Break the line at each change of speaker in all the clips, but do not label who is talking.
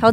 投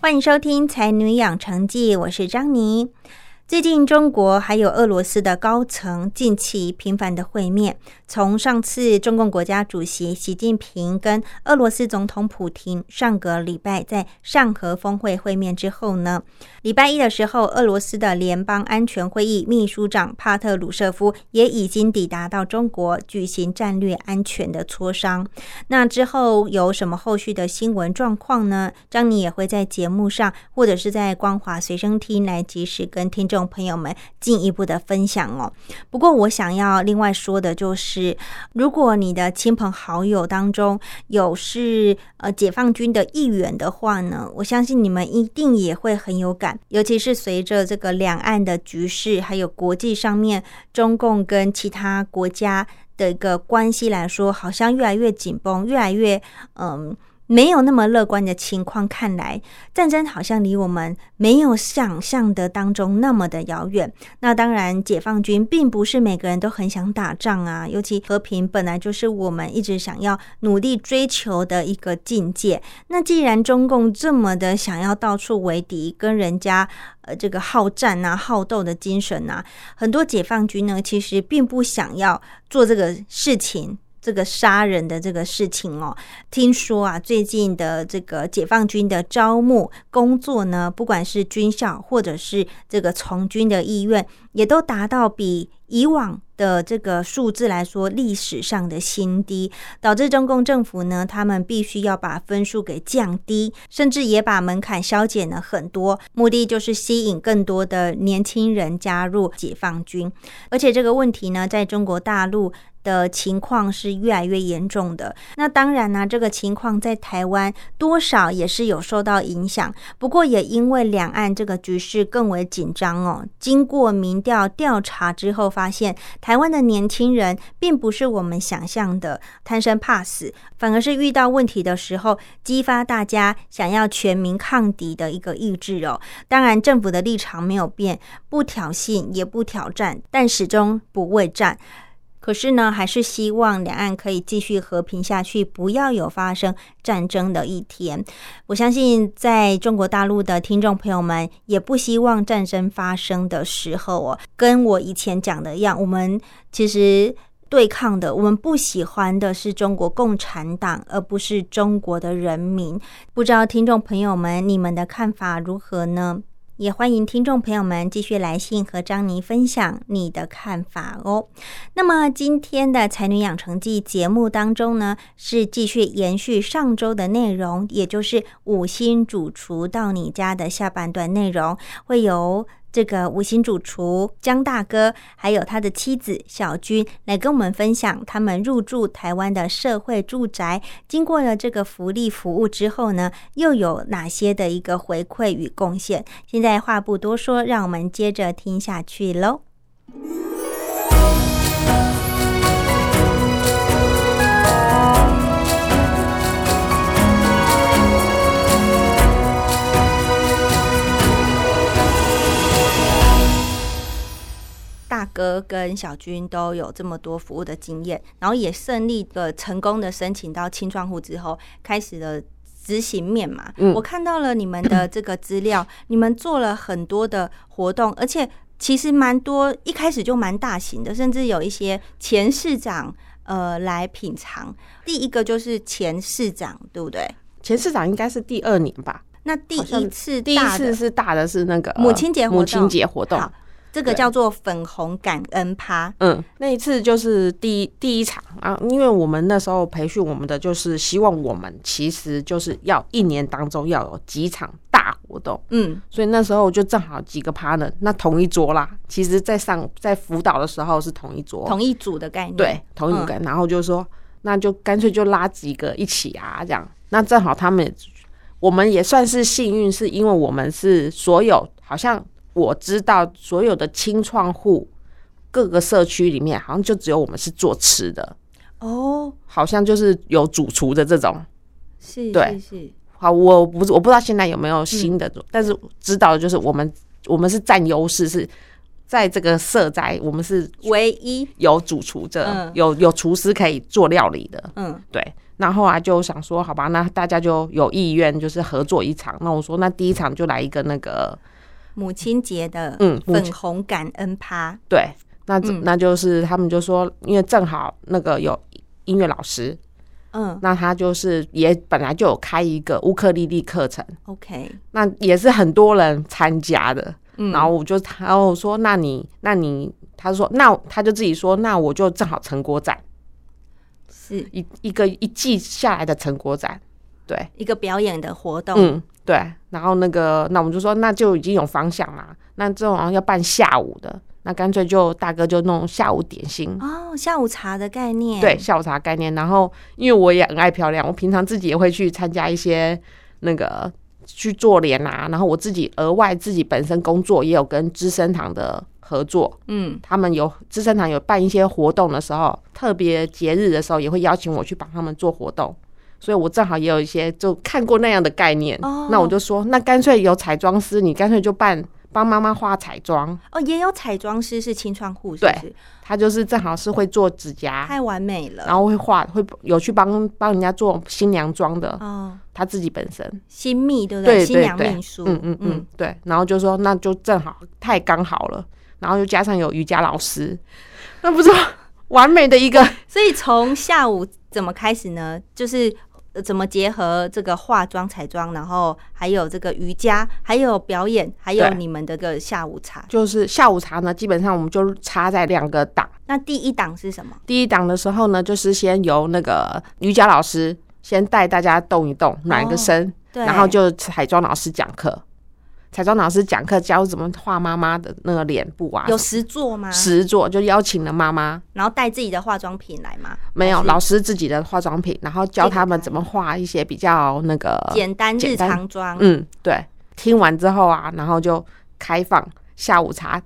欢迎收听《才女养成记》，我是张妮。最近中国还有俄罗斯的高层近期频繁的会面，从上次中共国家主席习近平跟俄罗斯总统普京上个礼拜在上合峰会会面之后呢，礼拜一的时候，俄罗斯的联邦安全会议秘书长帕特鲁舍夫也已经抵达到中国，举行战略安全的磋商。那之后有什么后续的新闻状况呢？张妮也会在节目上或者是在光华随身听来及时跟听众朋友们进一步的分享哦。不过我想要另外说的就是，如果你的亲朋好友当中有是呃解放军的一员的话呢，我相信你们一定也会很有感，尤其是随着这个两岸的局势，还有国际上面中共跟其他国家的一个关系来说，好像越来越紧绷，越来越嗯。没有那么乐观的情况看来，战争好像离我们没有想象的当中那么的遥远。那当然，解放军并不是每个人都很想打仗啊，尤其和平本来就是我们一直想要努力追求的一个境界。那既然中共这么的想要到处为敌，跟人家呃这个好战啊、好斗的精神啊，很多解放军呢其实并不想要做这个事情。这个杀人的这个事情哦，听说啊，最近的这个解放军的招募工作呢，不管是军校或者是这个从军的意愿，也都达到比以往的这个数字来说历史上的新低，导致中共政府呢，他们必须要把分数给降低，甚至也把门槛削减了很多，目的就是吸引更多的年轻人加入解放军。而且这个问题呢，在中国大陆。的情况是越来越严重的。那当然呢、这个情况在台湾多少也是有受到影响。不过也因为两岸这个局势更为紧张哦，经过民调调查之后，发现台湾的年轻人并不是我们想象的贪生怕死，反而是遇到问题的时候，激发大家想要全民抗敌的一个意志哦。当然，政府的立场没有变，不挑衅也不挑战，但始终不畏战。可是呢，还是希望两岸可以继续和平下去，不要有发生战争的一天。我相信，在中国大陆的听众朋友们也不希望战争发生的时候哦，跟我以前讲的一样，我们其实对抗的，我们不喜欢的是中国共产党，而不是中国的人民。不知道听众朋友们，你们的看法如何呢？也欢迎听众朋友们继续来信和张妮分享你的看法哦。那么今天的《才女养成记》节目当中呢，是继续延续上周的内容，也就是五星主厨到你家的下半段内容，会由这个五星主厨江大哥还有他的妻子小军来跟我们分享他们入住台湾的社会住宅，经过了这个福利服务之后呢，又有哪些的一个回馈与贡献？现在话不多说，让我们接着听下去喽。大哥跟小军都有这么多服务的经验，然后也顺利的成功的申请到青创户之后，开始了执行面嘛。
嗯
我看到了你们的这个资料，你们做了很多的活动，而且其实蛮多，一开始就蛮大型的，甚至有一些前市长呃来品尝。第一个就是前市长，对不对？
前市长应该是第二年吧，
那第
好像
一次
第一
大的
次是大的是那个呃
母亲节活动
母亲节活动
好，这个叫做粉红感恩趴。
嗯，那一次就是第一第一场啊，因为我们那时候培训我们的就是希望我们其实就是要一年当中要有几场大活动，
嗯，
所以那时候就正好几个 partner，那同一桌啦。其实，在上在辅导的时候是同一桌，
同一组的概念。
对，同一组感，然后就说那就干脆就拉几个一起啊，这样。那正好他们也，我们也算是幸运，是因为我们是所有好像我知道所有的清创户各个社区里面，好像就只有我们是做吃的，
哦，
好像就是有主厨的这种。
是，
对
是是，
好，我不是我不知道现在有没有新的，但是知道的就是我们我们是占优势，是在这个社宅，我们是
唯一，
有主厨这、
嗯
有有厨师可以做料理的，
嗯
对。那后来就想说，好吧，那大家就有意愿，就是合作一场。那我说，那第一场就来一个那个，
母亲节的
嗯，母
粉
亲
红感恩趴，
对，那、
嗯
那就是他们就说，因为正好那个有音乐老师，
嗯
那他就是也本来就有开一个乌克丽丽课程，
，OK，
那也是很多人参加的。
嗯，
然后我就他然后我说，那你那你，他说那他就自己说，那我就正好成果展
是
一一个一季下来的成果展，对，
一个表演的活动，
嗯，对。然后那个，那我们就说，那就已经有方向啦。那这种好像要办下午的，那干脆就大哥就弄下午点心，
哦，下午茶的概念，
嗯对，，下午茶概念。然后因为我也很爱漂亮，我平常自己也会去参加一些那个去做脸啊，然后我自己额外自己本身工作也有跟资生堂的合作，
嗯，
他们有资生堂有办一些活动的时候，特别节日的时候也会邀请我去帮他们做活动，所以我正好也有一些就看过那样的概念，
哦
那我就说，那干脆有彩妆师，你干脆就办帮妈妈画彩妆，
哦，也有彩妆师是清创户，是
对
不是？
她就是正好是会做指甲，
太完美
然
了，
后会画，会有去帮帮人家做新娘妆的，
哦，
她自己本身，
新密对不对？
对
新娘
对对
秘书，
嗯嗯嗯，对，然后就说那就正好太刚好了，然后又加上有瑜伽老师，那不是 完美的一个。
所以从下午怎么开始呢？就是呃怎么结合这个化妆、彩妆，然后还有这个瑜伽，还有表演，还有
对
你们的个下午茶。
就是下午茶呢，基本上我们就插在两个档。
那第一档是什么？
第一档的时候呢，就是先由那个瑜伽老师先带大家动一动，暖个身，
对，
然后就彩妆老师讲课。彩妆老师讲课教怎么画妈妈的那个脸部啊，
有实作吗？
实作就邀请了妈妈，
然后带自己的化妆品来吗？
没
还
有
是
老师自己的化妆品，然后教他们怎么画一些比较那个，
简单日
呃简单
常妆，
嗯，对。听完之后啊，然后就开放下午茶，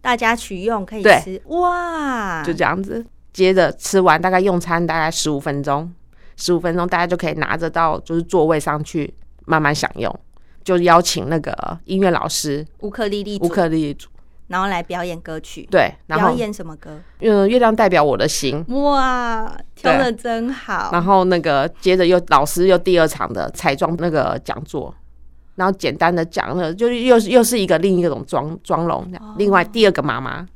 大家取用可以
对
吃。哇，
就这样子。接着吃完，大概用餐大概十五分钟，十五分钟大家就可以拿着到就是座位上去慢慢享用。就邀请那个音乐老师
乌克丽丽组，
乌克丽组，
然后来表演歌曲。
对，然
表
后
演什么歌？
嗯，月亮代表我的心，
哇，挑
对
的真好。
然后那个接着又老师又第二场的彩妆那个讲座，然后简单的讲了，就是又是又是一个另一种妆妆容，另外第二个妈妈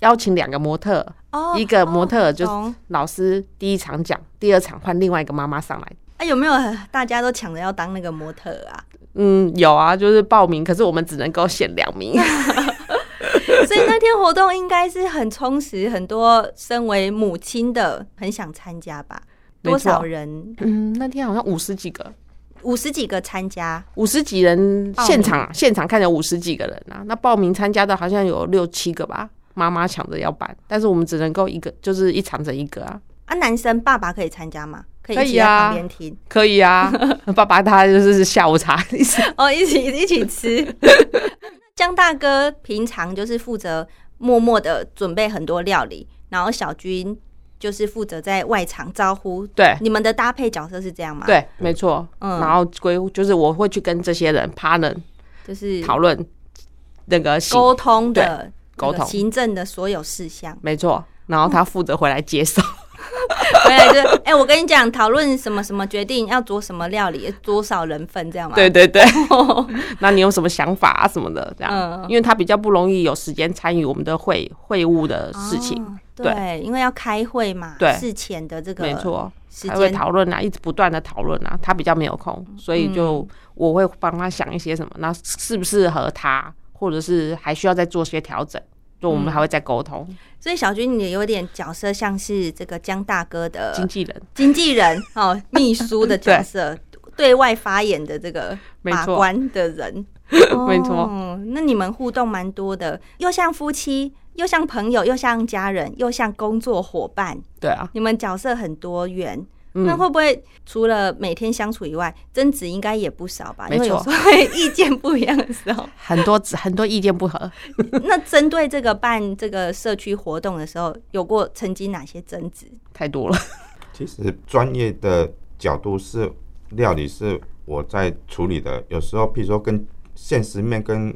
邀请两个模特，
哦
一个模特就
懂
老师第一场讲，第二场换另外一个妈妈上来
啊，有没有大家都抢着要当那个模特 啊？
嗯，有啊，就是报名，可是我们只能够限两名。
所以那天活动应该是很充实，很多身为母亲的很想参加吧？
没
多
错
少人？
嗯，那天好像五十几个，
五十几个参加，
五十几人
报名
现场啊，现场看着五十几个人啊。那报名参加的好像有六七个吧，妈妈抢着要办，但是我们只能够一个，就是一场整一个啊。
啊，男生爸爸可以参加吗？可以
可
一
以
起在
啊
旁边听、
可以 啊，爸爸他就是下午茶，
哦，一起一起吃。 江大哥平常就是负责默默的准备很多料理，然后小军就是负责在外场招呼。
对
你们的搭配角色是这样吗？，
对，没错。
嗯
然后归就是我会去跟这些人 partner
就是
讨论那个行，
沟通的
沟
那个
通。
行政的所有事项
没错。然后他负责回来接啊手，
回来就哎、我跟你讲，讨论什么什么决定要做什么料理，多少人份这样嘛？哦
对，对对。那你有什么想法啊什么的这样？
嗯，
因为他比较不容易有时间参与我们的会会务的事情，
哦对，因为要开会嘛，
对
事前的这个
没错，
时
还会
间
讨论啊，一直不断的讨论啊，他比较没有空，所以就我会帮他想一些什么，那适不适合他，或者是还需要再做些调整，就我们还会再沟通、
所以小军你有点角色像是这个江大哥的
经纪人，
经纪人哦，秘书的 角色，对外发言的这个
没
把
错
关的人，
没错
哦。那你们互动蛮多的，又像夫妻，又像朋友，又像家人，又像工作伙伴，
对啊，
你们角色很多元。
嗯
那会不会除了每天相处以外，争执应该也不少吧？
没
因为有时
错
候会 意见不一样的时候，
很多很多意见不合，
那针对这个办这个社区活动的时候，有过曾经哪些争执？
太多了。
其实专业的角度是料理是我在处理的，有时候譬如说跟现实面跟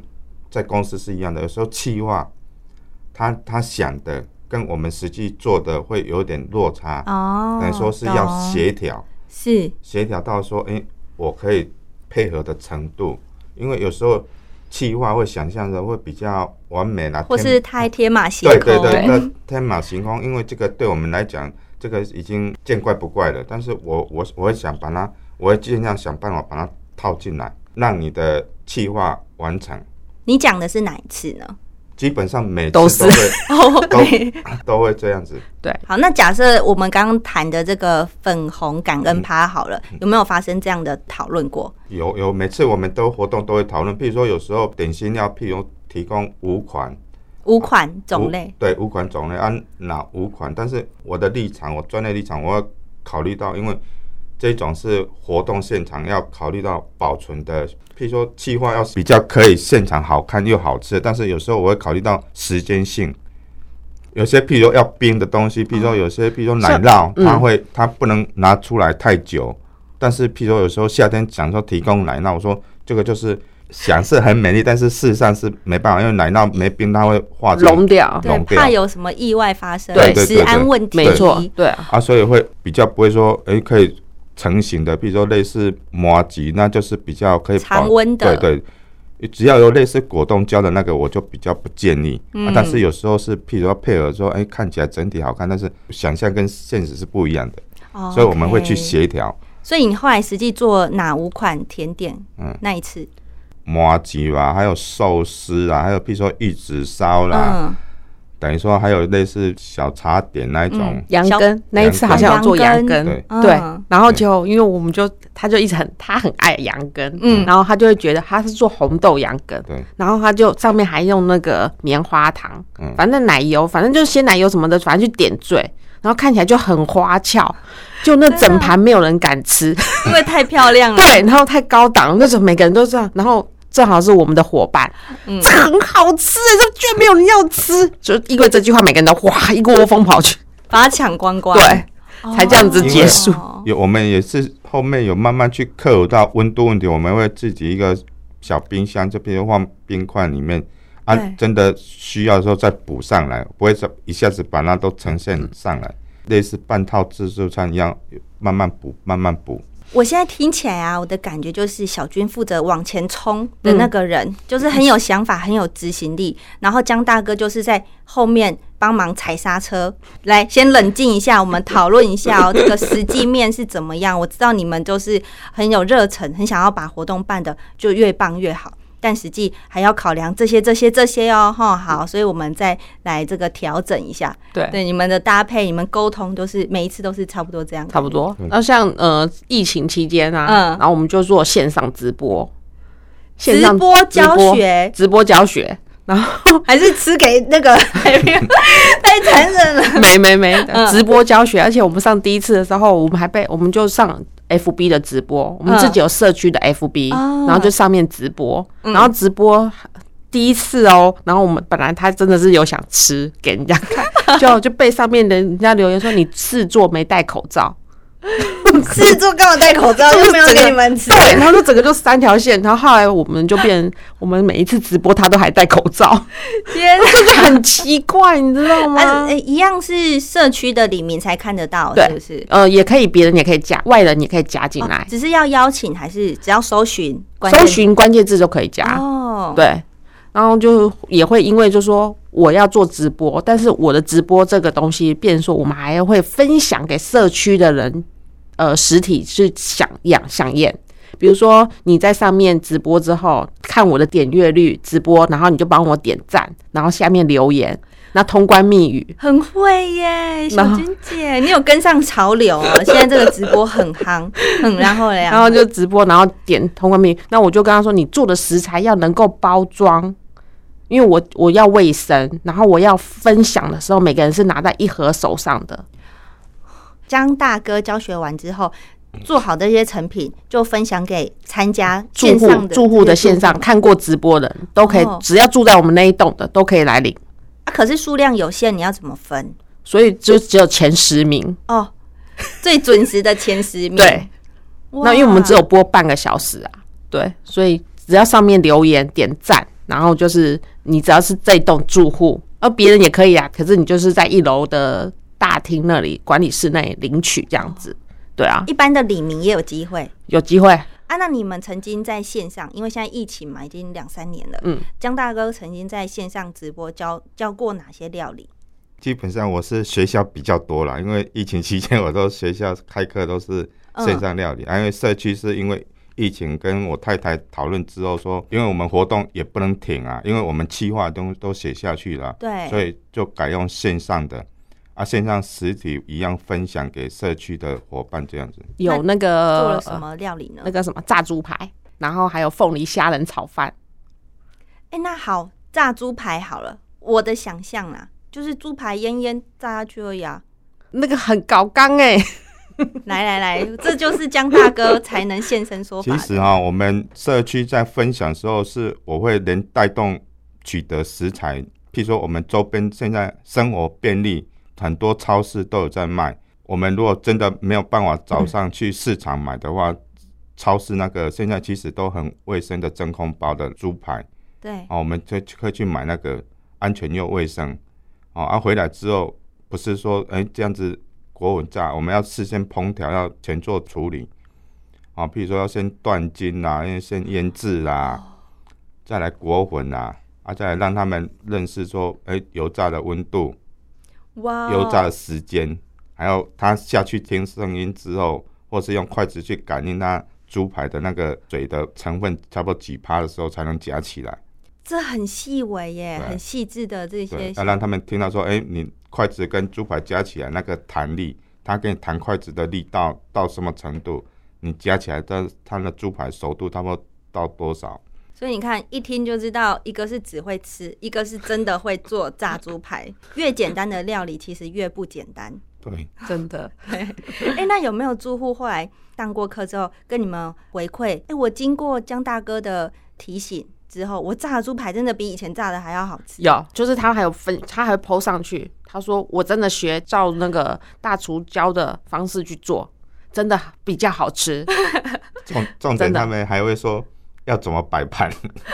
在公司是一样的，有时候企划他他想的跟我们实际做的会有点落差，
哦
等于说是要
懂
协调，
是
协调到说，哎、我可以配合的程度，因为有时候企划会想象的会比较完美啦，
或
天
是太天马行
对
空，
对
对
对，那天马行空，因为这个对我们来讲，这个已经见怪不怪了。但是我我我会想把它，我会尽量想办法把它套进来，让你的计划完成。
你讲的是哪一次呢？
基本上每次
都
都
是
会
哦，
对都会这样子。
好，那假设我们刚刚谈的这个粉红感
嗯
恩趴好了，有没有发生这样的讨论过？
有有，每次我们都活动都会讨论，譬如说有时候点心要譬如提供五款
五款种类
五，对五款种类按哪五款？但是我的立场，我专业立场，我要考虑到，因为这种是活动现场要考虑到保存的，譬如说计划要比较可以现场好看又好吃，但是有时候我会考虑到时间性。有些譬如说要冰的东西，譬如说有些譬如说奶酪，
嗯
它会它不能拿出来太久。但是譬如说有时候夏天想说提供奶酪，我说这个就是想是很美丽，但是事实上是没办法，因为奶酪没冰它会化成
聋掉，
对，
弄掉
怕有什么意外发生，
对
对
食安问题，
没错，对啊，
啊，所以会比较不会说，诶可以成型的，比如说类似麻吉，那就是比较可以保
常温的
对对，只要有类似果冻胶的那个，我就比较不建议。啊，但
嗯
是有时候是，譬如说配合说，诶看起来整体好看，但是想象跟现实是不一样的，
哦
所以我们会去
OK
协调
所以你后来实际做哪五款甜点？嗯，那一次，
麻吉吧，还有寿司啊，还有譬如说玉子烧啦，
嗯，
等于说还有类似小茶点那一种，
羊
小
羹那一次好像有做羊
羊
羹，
对
嗯
对，然后结果因为我们就他就一直很他很爱羊羹，
嗯
嗯，然后他就会觉得他是做红豆羊羹，
对，
然后他就上面还用那个棉花糖，
嗯
反正奶油，反正就是鲜奶油什么的，反正去点缀，然后看起来就很花俏，就那整盘没有人敢吃，
因为太漂亮了，
对，然后太高档，那时候每个人都这样，然后。正好是我们的伙伴，
嗯
这很好吃哎、这居然没有人要吃，就因为这句话，每个人都哇一窝蜂跑去，
把它抢光光，
对，才这样子
哦
结束。
有，我们也是后面有慢慢去克服到温度问题，我们会自己一个小冰箱，就比如放冰块里面啊
对，
真的需要的时候再补上来，不会说一下子把那都呈现上来，类似半套自助餐一样，慢慢补，慢慢补。
我现在听起来啊，我的感觉就是小军负责往前冲的那个
嗯
人，就是很有想法、很有执行力。然后江大哥就是在后面帮忙踩刹车。来，先冷静一下，我们讨论一 下哦，这个实际面是怎么样？我知道你们就是很有热忱，很想要把活动办的就越棒越好。但实际还要考量这些、这些、这些哦，哈，
嗯
好，所以我们再来这个调整一下。
对
对，你们的搭配、你们沟通都是每一次都是差不多这样。
差不多。那像呃，疫情期间啊，
嗯
然后我们就做线上直播，线
直
上
播教、学，
直播教学，然后
还是吃给那个海 绵太残忍了。
没没没
嗯
直播教学，而且我们上第一次的时候，我们还被我们就上 FB 的直播，我们
嗯
自己有社区的 FB，
啊
然后就上面直播，
嗯
然后直播。第一次哦，然后我们本来他真的是有想吃给人家 看，就就被上面的人家留言说你试做没戴口罩，
是做刚好戴口罩，
就是
又没有
整个
给你们 吃。
对，然后就整个就三条线，然后后来我们就变，我们每一次直播他都还戴口罩，
天啊！
这很 奇怪，你知道
啊
吗？
呃一样是社区的里面才看得到，
对
是不是？
呃，也可以，别人也可以加，外人也可以加进来
哦，只是要邀请，还是只要搜寻？关键
搜寻关键字就可以加，
哦，
对，然后就也会因为就说我要做直播，但是我的直播这个东西，变成说我们还会分享给社区的人，呃，实体是想养想宴。比如说你在上面直播之后，看我的点阅率直播，然后你就帮我点赞，然后下面留言，那通关密语，
很会耶，小
然后
君姐，你有跟上潮流哦！现在这个直播很夯，很然后嘞，
然后就直播，然后点通关密语。那我就跟他说，你做的食材要能够包装，因为我我要卫生，然后我要分享的时候，每个人是拿在一盒手上的。
张大哥教学完之后，做好的这些成品就分享给参加
住
线
户
上的
住户的
这些
线上
户
看过直播的人都可以，
哦
只要住在我们那一栋的都可以来领，
啊，可是数量有限，你要怎么分？
所以就只有前十名。
哦，最准时的前十名，
对，
哇，
那因为我们只有播半个小时啊，对，所以只要上面留言点赞，然后就是你只要是这一栋住户，而别人也可以啊，可是你就是在一楼的大厅那里管理室那里领取这样子，对啊，
一般的李明也有机会。
有机会
啊，那你们曾经在线上，因为现在疫情嘛，已经两三年了。
嗯，
江大哥曾经在线上直播教教过哪些料理？
基本上我是学校比较多啦，因为疫情期间我都学校开课都是线上料
嗯
理，啊因为社区是因为疫情跟我太太讨论之后说，因为我们活动也不能停啊，因为我们企划都都写下去了，
对，
所以就改用线上的，啊，线上实体一样分享给社区的伙伴这样子。
有那
做
个
了什么料理呢？
那个什么炸猪排，然后还有凤梨虾仁炒饭，呃
哎、那好，炸猪排好了，我的想象啦，就是猪排腌腌炸下去而已啊。
那个很搞纲哎、
来来来，这就是江大哥才能现身说法
其
的。
实啊、我们社区在分享的时候，是我会连带动取得食材，譬如说我们周边现在生活便利，很多超市都有在卖。我们如果真的没有办法早上去市场买的话，超市那个现在其实都很卫生的真空包的猪排
对，
哦，我们就可以去买那个安全又卫生哦。啊，回来之后不是说哎这样子国文炸，我们要事先烹调，要前做处理啊。譬如说要先断筋啦，因为先腌制啦，再来国魂啦，啊，再来让他们认识说哎油炸的温度、
哇
油炸的时间，还有他下去听声音之后，或是用筷子去感应它猪排的那个水的成分差不多几趴的时候，才能夹起来。
这很细微耶，
对
很细致的这
对
些，
要让他们听到说，哎、你筷子跟猪排夹起来那个弹力，它跟你弹筷子的力道到什么程度，你夹起来的它的猪排熟度差不多到多少？
所以你看，一听就知道，一个是只会吃，一个是真的会做炸猪排。越简单的料理，其实越不简 单。
对，
真的。
哎、那有没有住户后来当过客之后跟你们回馈？哎、我经过江大哥的提醒之后，我炸的猪排真的比以前炸的还要好吃。
有，就是他还有分，他还 PO 上去，他说我真的学照那个大厨教的方式去做，真的比较 好吃。
重重
真
点
的
他们还会说要怎么摆盘，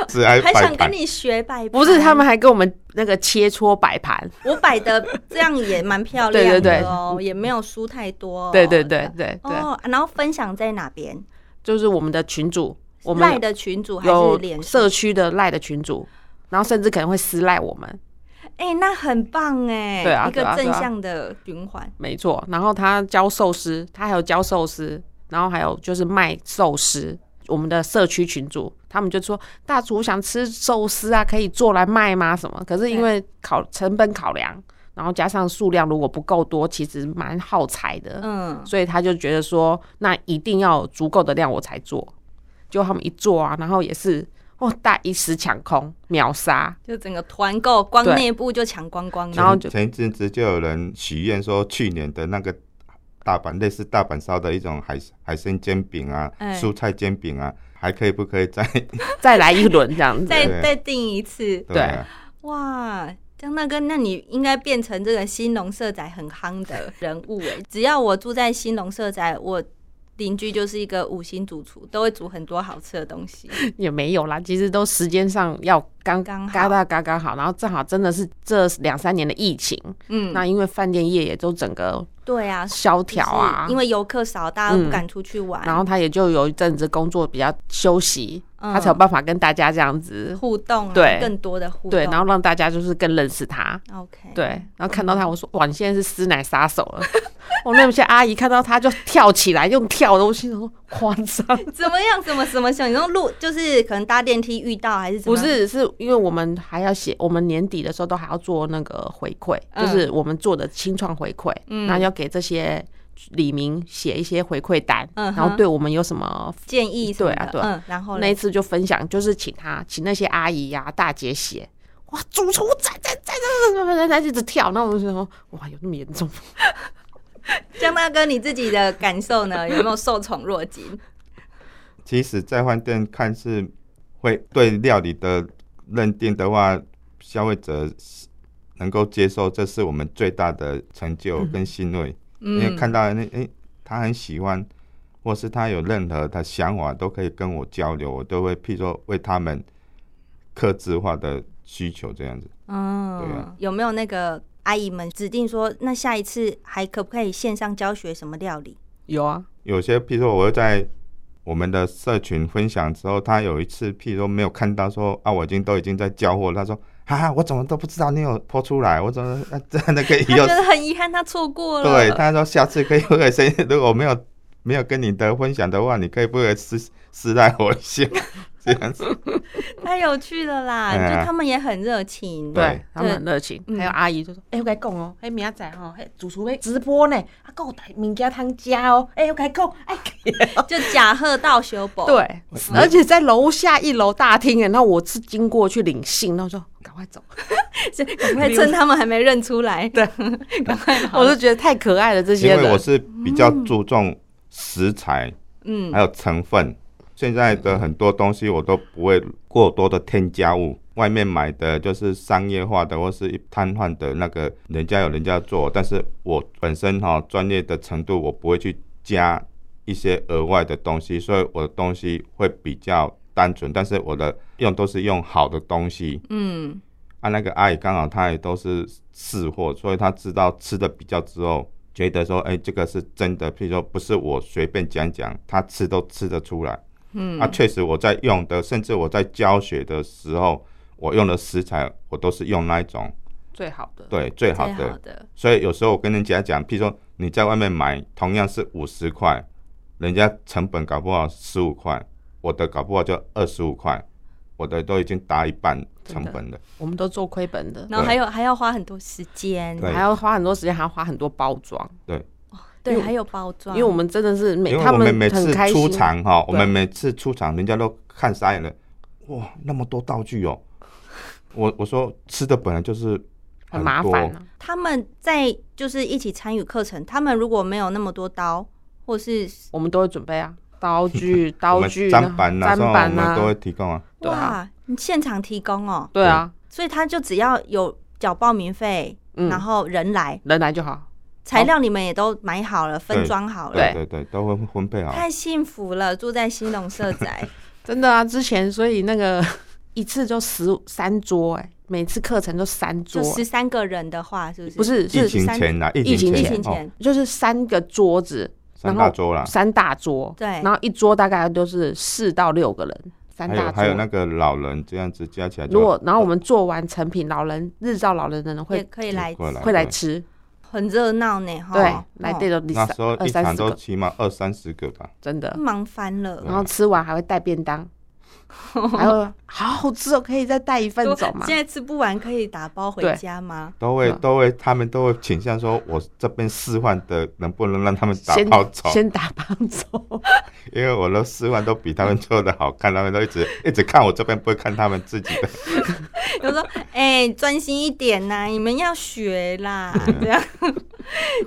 只爱
还
摆
想跟
盘。
你学摆盘，
不是，他们还跟我们那个切磋摆盘。
我摆的这样也蛮漂亮
对对
的
对
哦，也没有输太多、
对对对。对对，
哦，然后分享在哪边？
就是我们的群主，我
赖
们
的群主还是
有
脸
社
社？
区的赖的群主，然后甚至可能会私赖我们。
哎、那很棒哎、
对啊
一个
对啊对
正
啊
向的循环。
没错，然后他教寿司，他还有教寿司，然后还有就是卖寿司。我们的社区群主，他们就说大厨想吃寿司啊，可以做来卖吗？什么？可是因为考成本考量，然后加上数量如果不够多，其实蛮耗材的，
嗯，
所以他就觉得说，那一定要有足够的量我才做。就他们一做啊，然后也是哦，大一时抢空，秒杀。
就整个团购光
对
内部就抢光光了，
然后
前
就
前一阵子就有人许愿说，去年的那个大阪类似大阪烧的一种海海参煎饼啊，
哎
蔬菜煎饼啊，还可以不可以再
再来一轮这 样子，
再
对
再订一次。
对啊、
哇，江大哥，那你应该变成这个新农社宅很夯的人物哎！ 只要我住在新农社宅，我邻居就是一个五星主厨，都会煮很多好吃的东西。
也没有啦，其实都时间上要刚
刚好
嘎到刚刚好，然后正好真的是这两三年的疫情，
嗯，
那因为饭店业也都整个
对啊，
萧
就
条啊
是，因为游客少，大家都不
嗯
敢出去玩。
然后他也就有一阵子工作比较休息，
嗯
他才有办法跟大家这样子
互动、啊，
对
更多的互动，哎
对，然后让大家就是更认识他。
OK，
对，然后看到他，我说哇，你现在是师奶杀手了。 我那些阿姨看到他就跳起来，用跳的，我心想说夸张。
怎么样？怎么怎么想？你用路就是可能搭电梯遇到还是怎
不
么样？
是，是因为我们还要写，我们年底的时候都还要做那个回馈，
嗯
就是我们做的清创回馈，
嗯
然后要给这些李明写一些回馈单，
嗯哼
然后对我们有什么。
建议什么的
对啊对
嗯，然后
那
嘞
一次就分享，就是请他请那些阿姨呀、大姐写，哇，主厨在在在在在在在一直跳，那我就说哇，有那么严重吗？
江大哥，你自己的感受呢？ 有没有受宠若惊？
其实，在饭店看是会对料理的认定的话，消费者能够接受，这是我们最大的成就跟欣慰。因为
嗯，
看到那诶、他很喜欢，或是他有任何的想法，都可以跟我交流，我都会譬如说为他们克制化的需求这样子。对
嗯
啊，
有没有那个阿姨们指定说，那下一次还可不可以线上教学什么料理？
有啊，
有些譬如说，我会在我们的社群分享之后，他有一次譬如说没有看到说啊，我已经都已经在交货了，他说哈哈，我怎么都不知道你有抛出来，我怎么啊真的可以
他
有
觉？得很遗憾，他错过了。
对，他说下次可以不可以先？如果没有没有跟你的分享的话，你可以不可以私私赖我一下这样子？
太有趣了啦！
哎呀
就他们也很热情，
对
对他们很热情，
嗯
还有阿姨就说：“哎、我跟你讲哦、迄明仔载吼，迄主厨要直播呢，啊，还有带物件通食哦。哎、我跟你讲，哎，
就假贺到修补。，
对，而且在楼下一楼大厅耶，然后我是经过去领信，然后说赶快走，
赶快趁他们还没认出来，对， 赶快跑
我就觉得太可爱了这
因
些
为我
人。
是比较注重食材，
嗯
还有成分。现在的很多东西我都不会过多的添加物，外面买的就是商业化的或是一摊贩的那个，人家有人家做，但是我本身哈、专业的程度我不会去加一些额外的东西，所以我的东西会比较单纯，但是我的用都是用好的东西。
嗯，
啊，那个阿姨刚好她也都是试货，所以她知道吃的比较之后，觉得说，哎、这个是真的。譬如说，不是我随便讲讲，她吃都吃得出来。嗯，啊，确实我在用的，甚至我在教学的时候，我用的食材我都是用那一种
最好的，
对最好
最
的。
好的，
所以有时候我跟人家讲，譬如说你在外面买同样是五十块，人家成本搞不好十五块，我的搞不好就二十五块，我的都已经打一半成本了。
我们都做亏本的，
然后还有还要花很多时间，
对
还要花很多时间，还要花很多包装，因
对，
为
还有包装，
因为我们真的是每
因为
他
我们每
很
次
开
出
心。
场哈，我
对
们每次出场，人家都看傻眼了，哇，那么多道具哦！我我说吃的本来就是
很
多
麻烦、啊，
他们在就是一起参与课程，他们如果没有那么多刀，或是
我们都会准备啊，刀 具、
我
刀
们
具、
砧板啊，
砧
所以我
板啊
们都会提供啊。
对啊，
哇，你现场提供哦，
对啊，
所以他就只要有缴报名费，
嗯
然，后人来，
人来就好，
材料你们也都买好了，分
对
装好了，
对对对，都会分配好。
太幸福了，住在新农社宅，
真的啊，之前所以那个 一次就十三桌、哎，每次课程就三桌、
就
哎
十三个人的话，是不是？
不是
疫
是
情
三
前啊，疫
疫情
疫
前
情
哦，
前，
就是三个桌子，
三
然
大
后
桌啦，
三大桌，
对
然后一桌大概都是四到六个人，三
还
大
有还有那
桌。
个老人这样子加起来就，
如果然后我们做完成品，老人日照老人的人
也
会
可以来，
过来
会来
啊对
吃，
很热闹呢，哈，
对
哦，
来对的，
那时候
二
一
三
场
十
都
个，
起码二三十个吧，
真的。
忙翻了，
然后吃完还会带便 当，还会好好吃哦，可以再带一份
都
走吗？
现在吃不完可以打包回
对
家吗？
都会
嗯
都会，他们都会倾向说，我这边示范的能不能让他们打
先
包走？
先打包走，
因为我的示范都比他们做的好看，他们都一直一直看我这边，不会看他们自己的。
就说：“哎、专心一点呐、你们要学 啦，这样，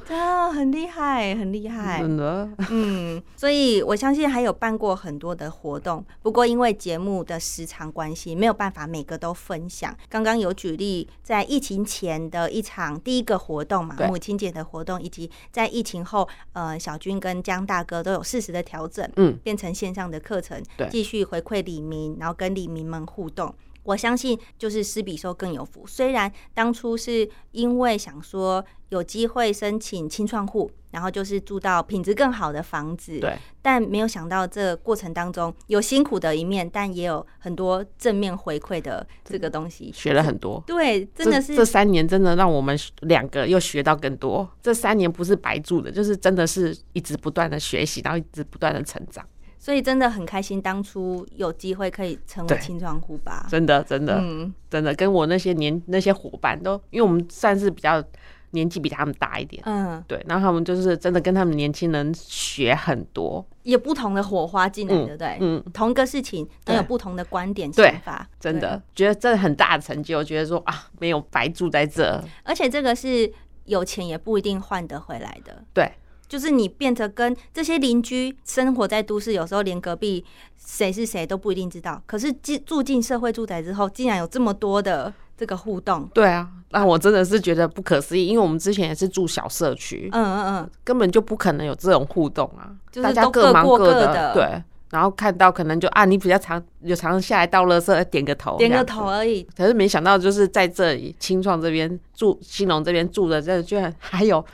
真的很厉害，很厉害。
真的。
嗯，所以我相信还有办过很多的活动，不过因为节目的时长关系，没有办法每个都分享。刚刚有举例，在疫情前的一场第一个活动嘛，
对
母亲节的活动，以及在疫情后，呃，小军跟江大哥都有适时的调整，
嗯，
变成线上的课程
对，
继续回馈李明，然后跟李明们互动。我相信就是施比受更有福。虽然当初是因为想说有机会申请清创户，然后就是住到品质更好的房子，
对，
但没有想到这过程当中有辛苦的一面，但也有很多正面回馈的这个东西。
学了很多。
对，真的
这这
是
三年真的让我们两个又学到更多。这三年不是白住的，就是真的是一直不断的学习，然后一直不断的成长。
所以真的很开心，当初有机会可以成为
对
清创户吧。
真的，真的，
嗯，
真的，跟我那些年那些伙伴都，因为我们算是比较年纪比他们大一点，
嗯，
对，然后他们就是真的跟他们年轻人学很多，
也不同的火花进来，
嗯
对不对？
嗯，
同一个事情能有
对
不同的观点
对
想法，
真
对啊
的觉得真的很大的成就，觉得说啊，没有白住在这，
而且这个是有钱也不一定换得回来的。
对，
就是你变得跟这些邻居生活在都市，有时候连隔壁谁是谁都不一定知道。可是进住进社会住宅之后，竟然有这么多的这个互动。
对啊，那我真的是觉得不可思议，因为我们之前也是住小社区，
嗯嗯嗯，
根本就不可能有这种互动啊，
就是
大家
都各
忙
过各
的，
的
对。然后看到可能就啊，你比较常有常下来倒垃圾，点个头，
点
这
个
样子
头而已。
可是没想到，就是在这里青创这边住，兴隆这边住的，这居然还有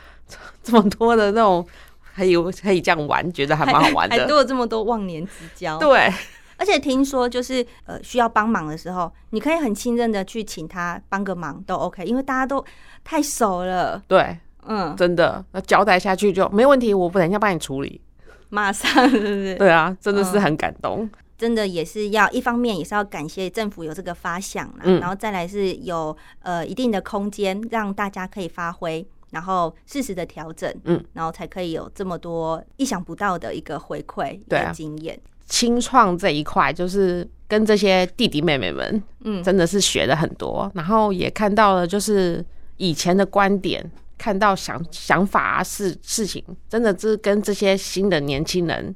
这么多的那种，还有可以这样玩，觉得还蛮好玩
还
的
都。有这么多忘年之交，
对，
而且听说就是呃需要帮忙的时候，你可以很信任的去请他帮个忙都 OK，因为大家都太熟了，
对，
嗯，
真的，那交代下去就没问题，我不等一下帮你处理。
马上是不是？
对啊，真的是很感动。
真的也是要一方面也是要感谢政府有这个发想啦，
嗯
然后再来是有呃一定的空间让大家可以发挥，然后适时的调整，
嗯，
然后才可以有这么多意想不到的一个回馈、一
对
个
啊
经验，
青创这一块就是跟这些弟弟妹妹们，
嗯
真的是学了很多，然后也看到了就是以前的观点，看到想想法啊事事情，真的是跟这些新的年轻人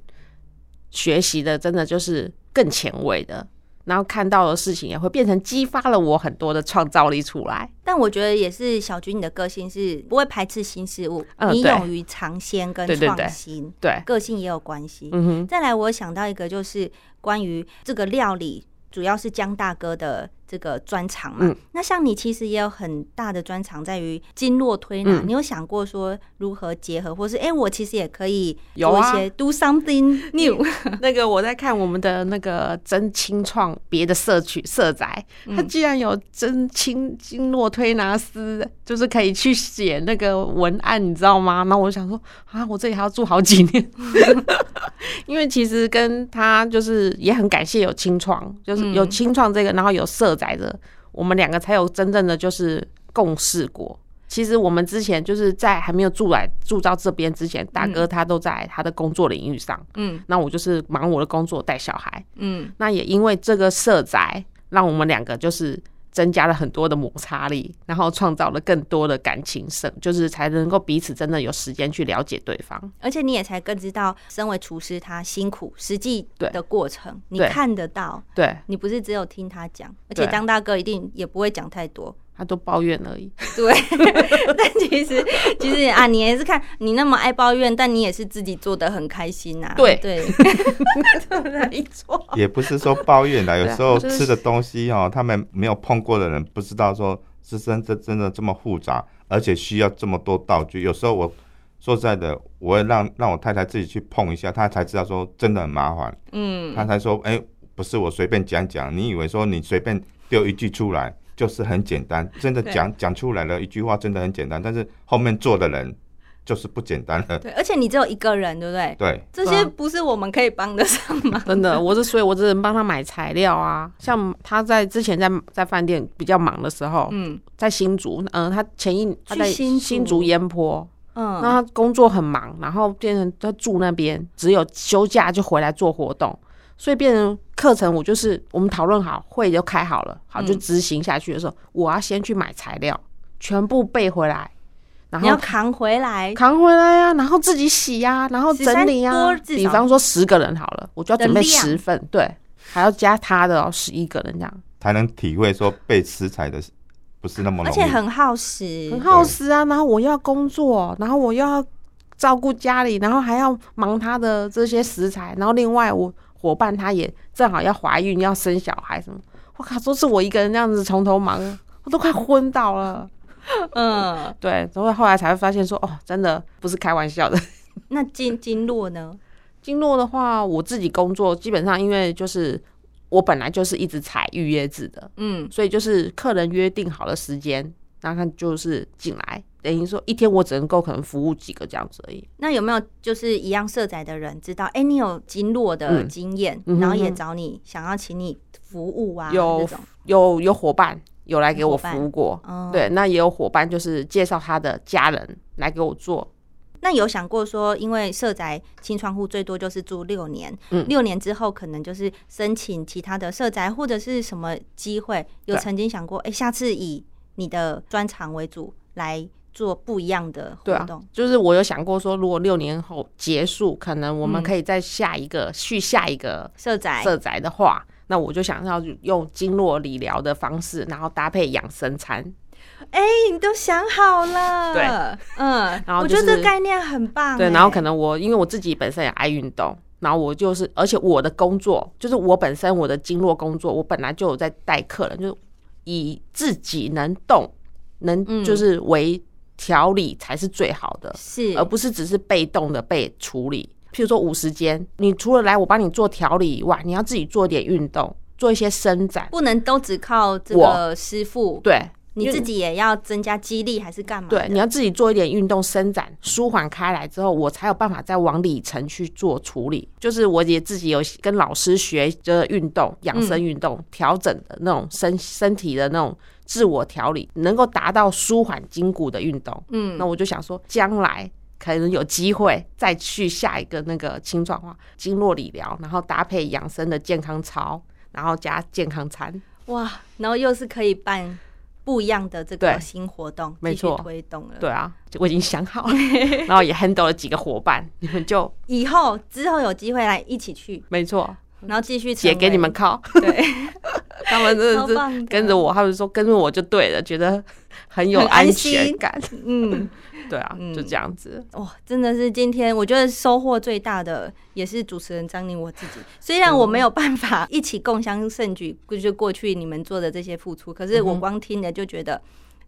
学习的，真的就是更前卫的。然后看到的事情也会变成激发了我很多的创造力出来。
但我觉得也是小军，你的个性是不会排斥新事物，
嗯
你
对
勇于尝鲜跟
对对对
创新，
对，
个性也有关系。
嗯哼，
再来，我想到一个就是关于这个料理，主要是江大哥的这个专长嘛。
嗯
那像你其实也有很大的专长在于经络推拿，
嗯
你有想过说如何结合，或是哎、诶我其实也可以
有
做一
啊
些 do something new。
那个我在看我们的那个真清创别的社区社宅，它居然有真清经络推拿师，就是可以去写那个文案，你知道吗？然后我想说啊，我这里还要住好几年，因为其实跟他就是也很感谢有清创，就是有清创这个，然后有社宅的，我们两个才有真正的就是共事过。其实我们之前就是在还没有住来住到这边之前，大哥他都在他的工作领域上，
嗯
那我就是忙我的工作带小孩。
嗯，
那也因为这个社宅，让我们两个就是增加了很多的摩擦力，然后创造了更多的感情生，就是才能够彼此真的有时间去了解对方。
而且你也才更知道，身为厨师他辛苦实际
对
的过程，你
对
看得到，
对
你不是只有听他讲，而且
对
江大哥一定也不会讲太多，
他都抱怨而已，
对，但其实其实啊，你也是看你那么爱抱怨，但你也是自己做的很开心呐、
对
对，
没错，
也不是说抱怨啦，有时
啊
候
就是
吃的东西哦，他们没有碰过的人不知道说是真这真的这么复杂，而且需要这么多道具。有时候我说实在的，我会让让我太太自己去碰一下，她才知道说真的很麻烦，
嗯，
她才说哎、不是我随便讲讲，你以为说你随便丢一句出来就是很简单，真的
对
讲讲出来了一句话真的很简单，但是后面做的人就是不简单了，
对，而且你只有一个人，对不对？
对。
这些
啊
不是我们可以帮得上吗？
真的，我是所以，我只能帮他买材料啊。像他在之前在在饭店比较忙的时候，
嗯
在新竹，嗯、他前一他在
去新竹
新竹烟坡，
嗯，
那他工作很忙，然后变成他住那边，只有休假就回来做活动，所以变成课程我就是我们讨论好，会就开好了，好
嗯
就执行下去的时候，我要先去买材料，全部备回来，然
你要
后
扛回来
扛回来啊，然后自己洗呀、然后整理
13
啊
多。至少
比方说十个人好了，我就要准备
的量
十份，对，还要加他的哦，十一个人这样，
才能体会说被食材的不是那么容易，
而且很耗时，
很耗时啊。然后我又要工作，然后我又要照顾家里，然后还要忙他的这些食材，然后另外我伙伴他也正好要怀孕要生小孩什么，我靠，都是我一个人这样子从头忙，我都快昏倒了。
嗯，
对，然后后来才会发现说，哦，真的不是开玩笑的。
那经经络呢？
经络的话，我自己工作基本上因为就是我本来就是一直采预约制的，
嗯
所以就是客人约定好了时间，那他就是进来，等于说一天我只能够可能服务几个这样子而已。
那有没有就是一样色仔的人知道？哎、你有经络的
嗯
经验，
嗯哼
然后也
哼
找你想要请你服务啊，
有
这种，
有有伙伴有来给我服务过，
嗯，。
对，那也有伙伴就是介绍他的家人来给我做，
那有想过说，因为社宅清窗户最多就是住六年，
嗯
六年之后可能就是申请其他的社宅或者是什么机会，有
对
曾经想过，哎、下次以你的专长为主来做不一样的活
对啊
动，，
就是我有想过说，如果六年后结束，可能我
嗯
们可以再下一个、续下一个
社宅，
色宅的话，那我就想要用经络理疗的方式，然后搭配养生餐。
哎你都想好了，
对，
嗯，
然后
我
就
觉
是
得这概念很棒、
对，
哎
然后可能我因为我自己本身也爱运动，然后我就是，而且我的工作就是我本身我的经络工作，我本来就有在带客人，就是以自己能动
嗯
能就是为调理才是最好的。
是
而不是只是被动的被处理。譬如说五十间，你除了来我帮你做调理以外，你要自己做点运动，做一些伸展。
不能都只靠这
我
个师傅，
对
你自己也要增加肌力还是干嘛的？
对，你要自己做一点运动伸展，舒缓开来之后，我才有办法再往里层去做处理。就是我也自己有跟老师学就是运动、养生运动、调整的那种身身体的那种自我调理，能够达到舒缓筋骨的运动。
嗯
那我就想说，将来可能有机会再去下一个那个轻创化经络理疗，然后搭配养生的健康操，然后加健康餐。
哇，然后又是可以办不一样的这个
对
新活动，
没
继续
错
推动了。
对，啊，我已经想好了，然后也 handle 了几个伙伴，你们就
以后之后有机会来一起去，
没错，
然后继续成
姐
为
嗯给你们靠，
对
他们真
超棒
的
的
是跟着我，他们说跟着我就对了，觉得很有
很安
安全
心
感。
嗯，
对啊，
嗯
就这样子。
哇，真的是今天我觉得收获最大的也是主持人张宁我自己。虽然我没有办法一起共襄盛举， 就是过去你们做的这些付出，可
嗯
是我光听着就觉得，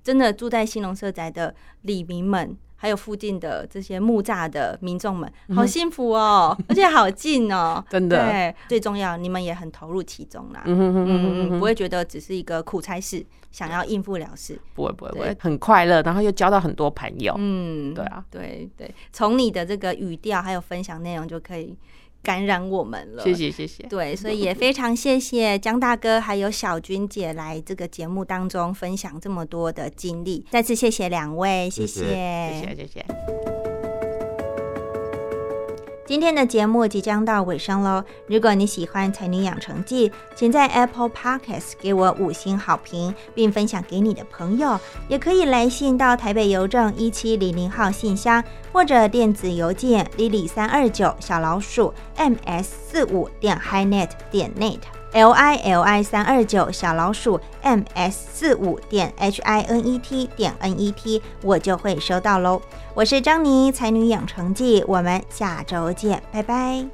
真的住在新农社宅的里民们。还有附近的这些木栅的民众们，
嗯
好幸福哦，而且好近哦，
真的
对，最重要，你们也很投入其中啦，
嗯哼哼哼哼
嗯嗯，
哼
不会觉得只是一个苦差事，想要应付了事。
不会不会不
对
会，很快乐，然后又交到很多朋友。
嗯，
对啊，
对对，从你的这个语调还有分享内容就可以感染我们了。
谢。谢谢谢，
对，所以也非常谢谢江大哥还有小军姐来这个节目当中分享这么多的经历，再次谢谢两位，谢
谢谢
谢谢谢谢。
今天的节目即将到尾声喽。如果你喜欢《才女养成记》，请在 Apple Podcast 给我五星好评，并分享给你的朋友。也可以来信到台北邮政一七零零号信箱，或者电子邮件 lily 三二九小老鼠 ms 四五点 highnet 点 net。l i l i 三二九小老鼠 m s 四五点 h i n e t 点 n e t，我就会收到喽。我是张妮，才女养成记，我们下周见，拜拜。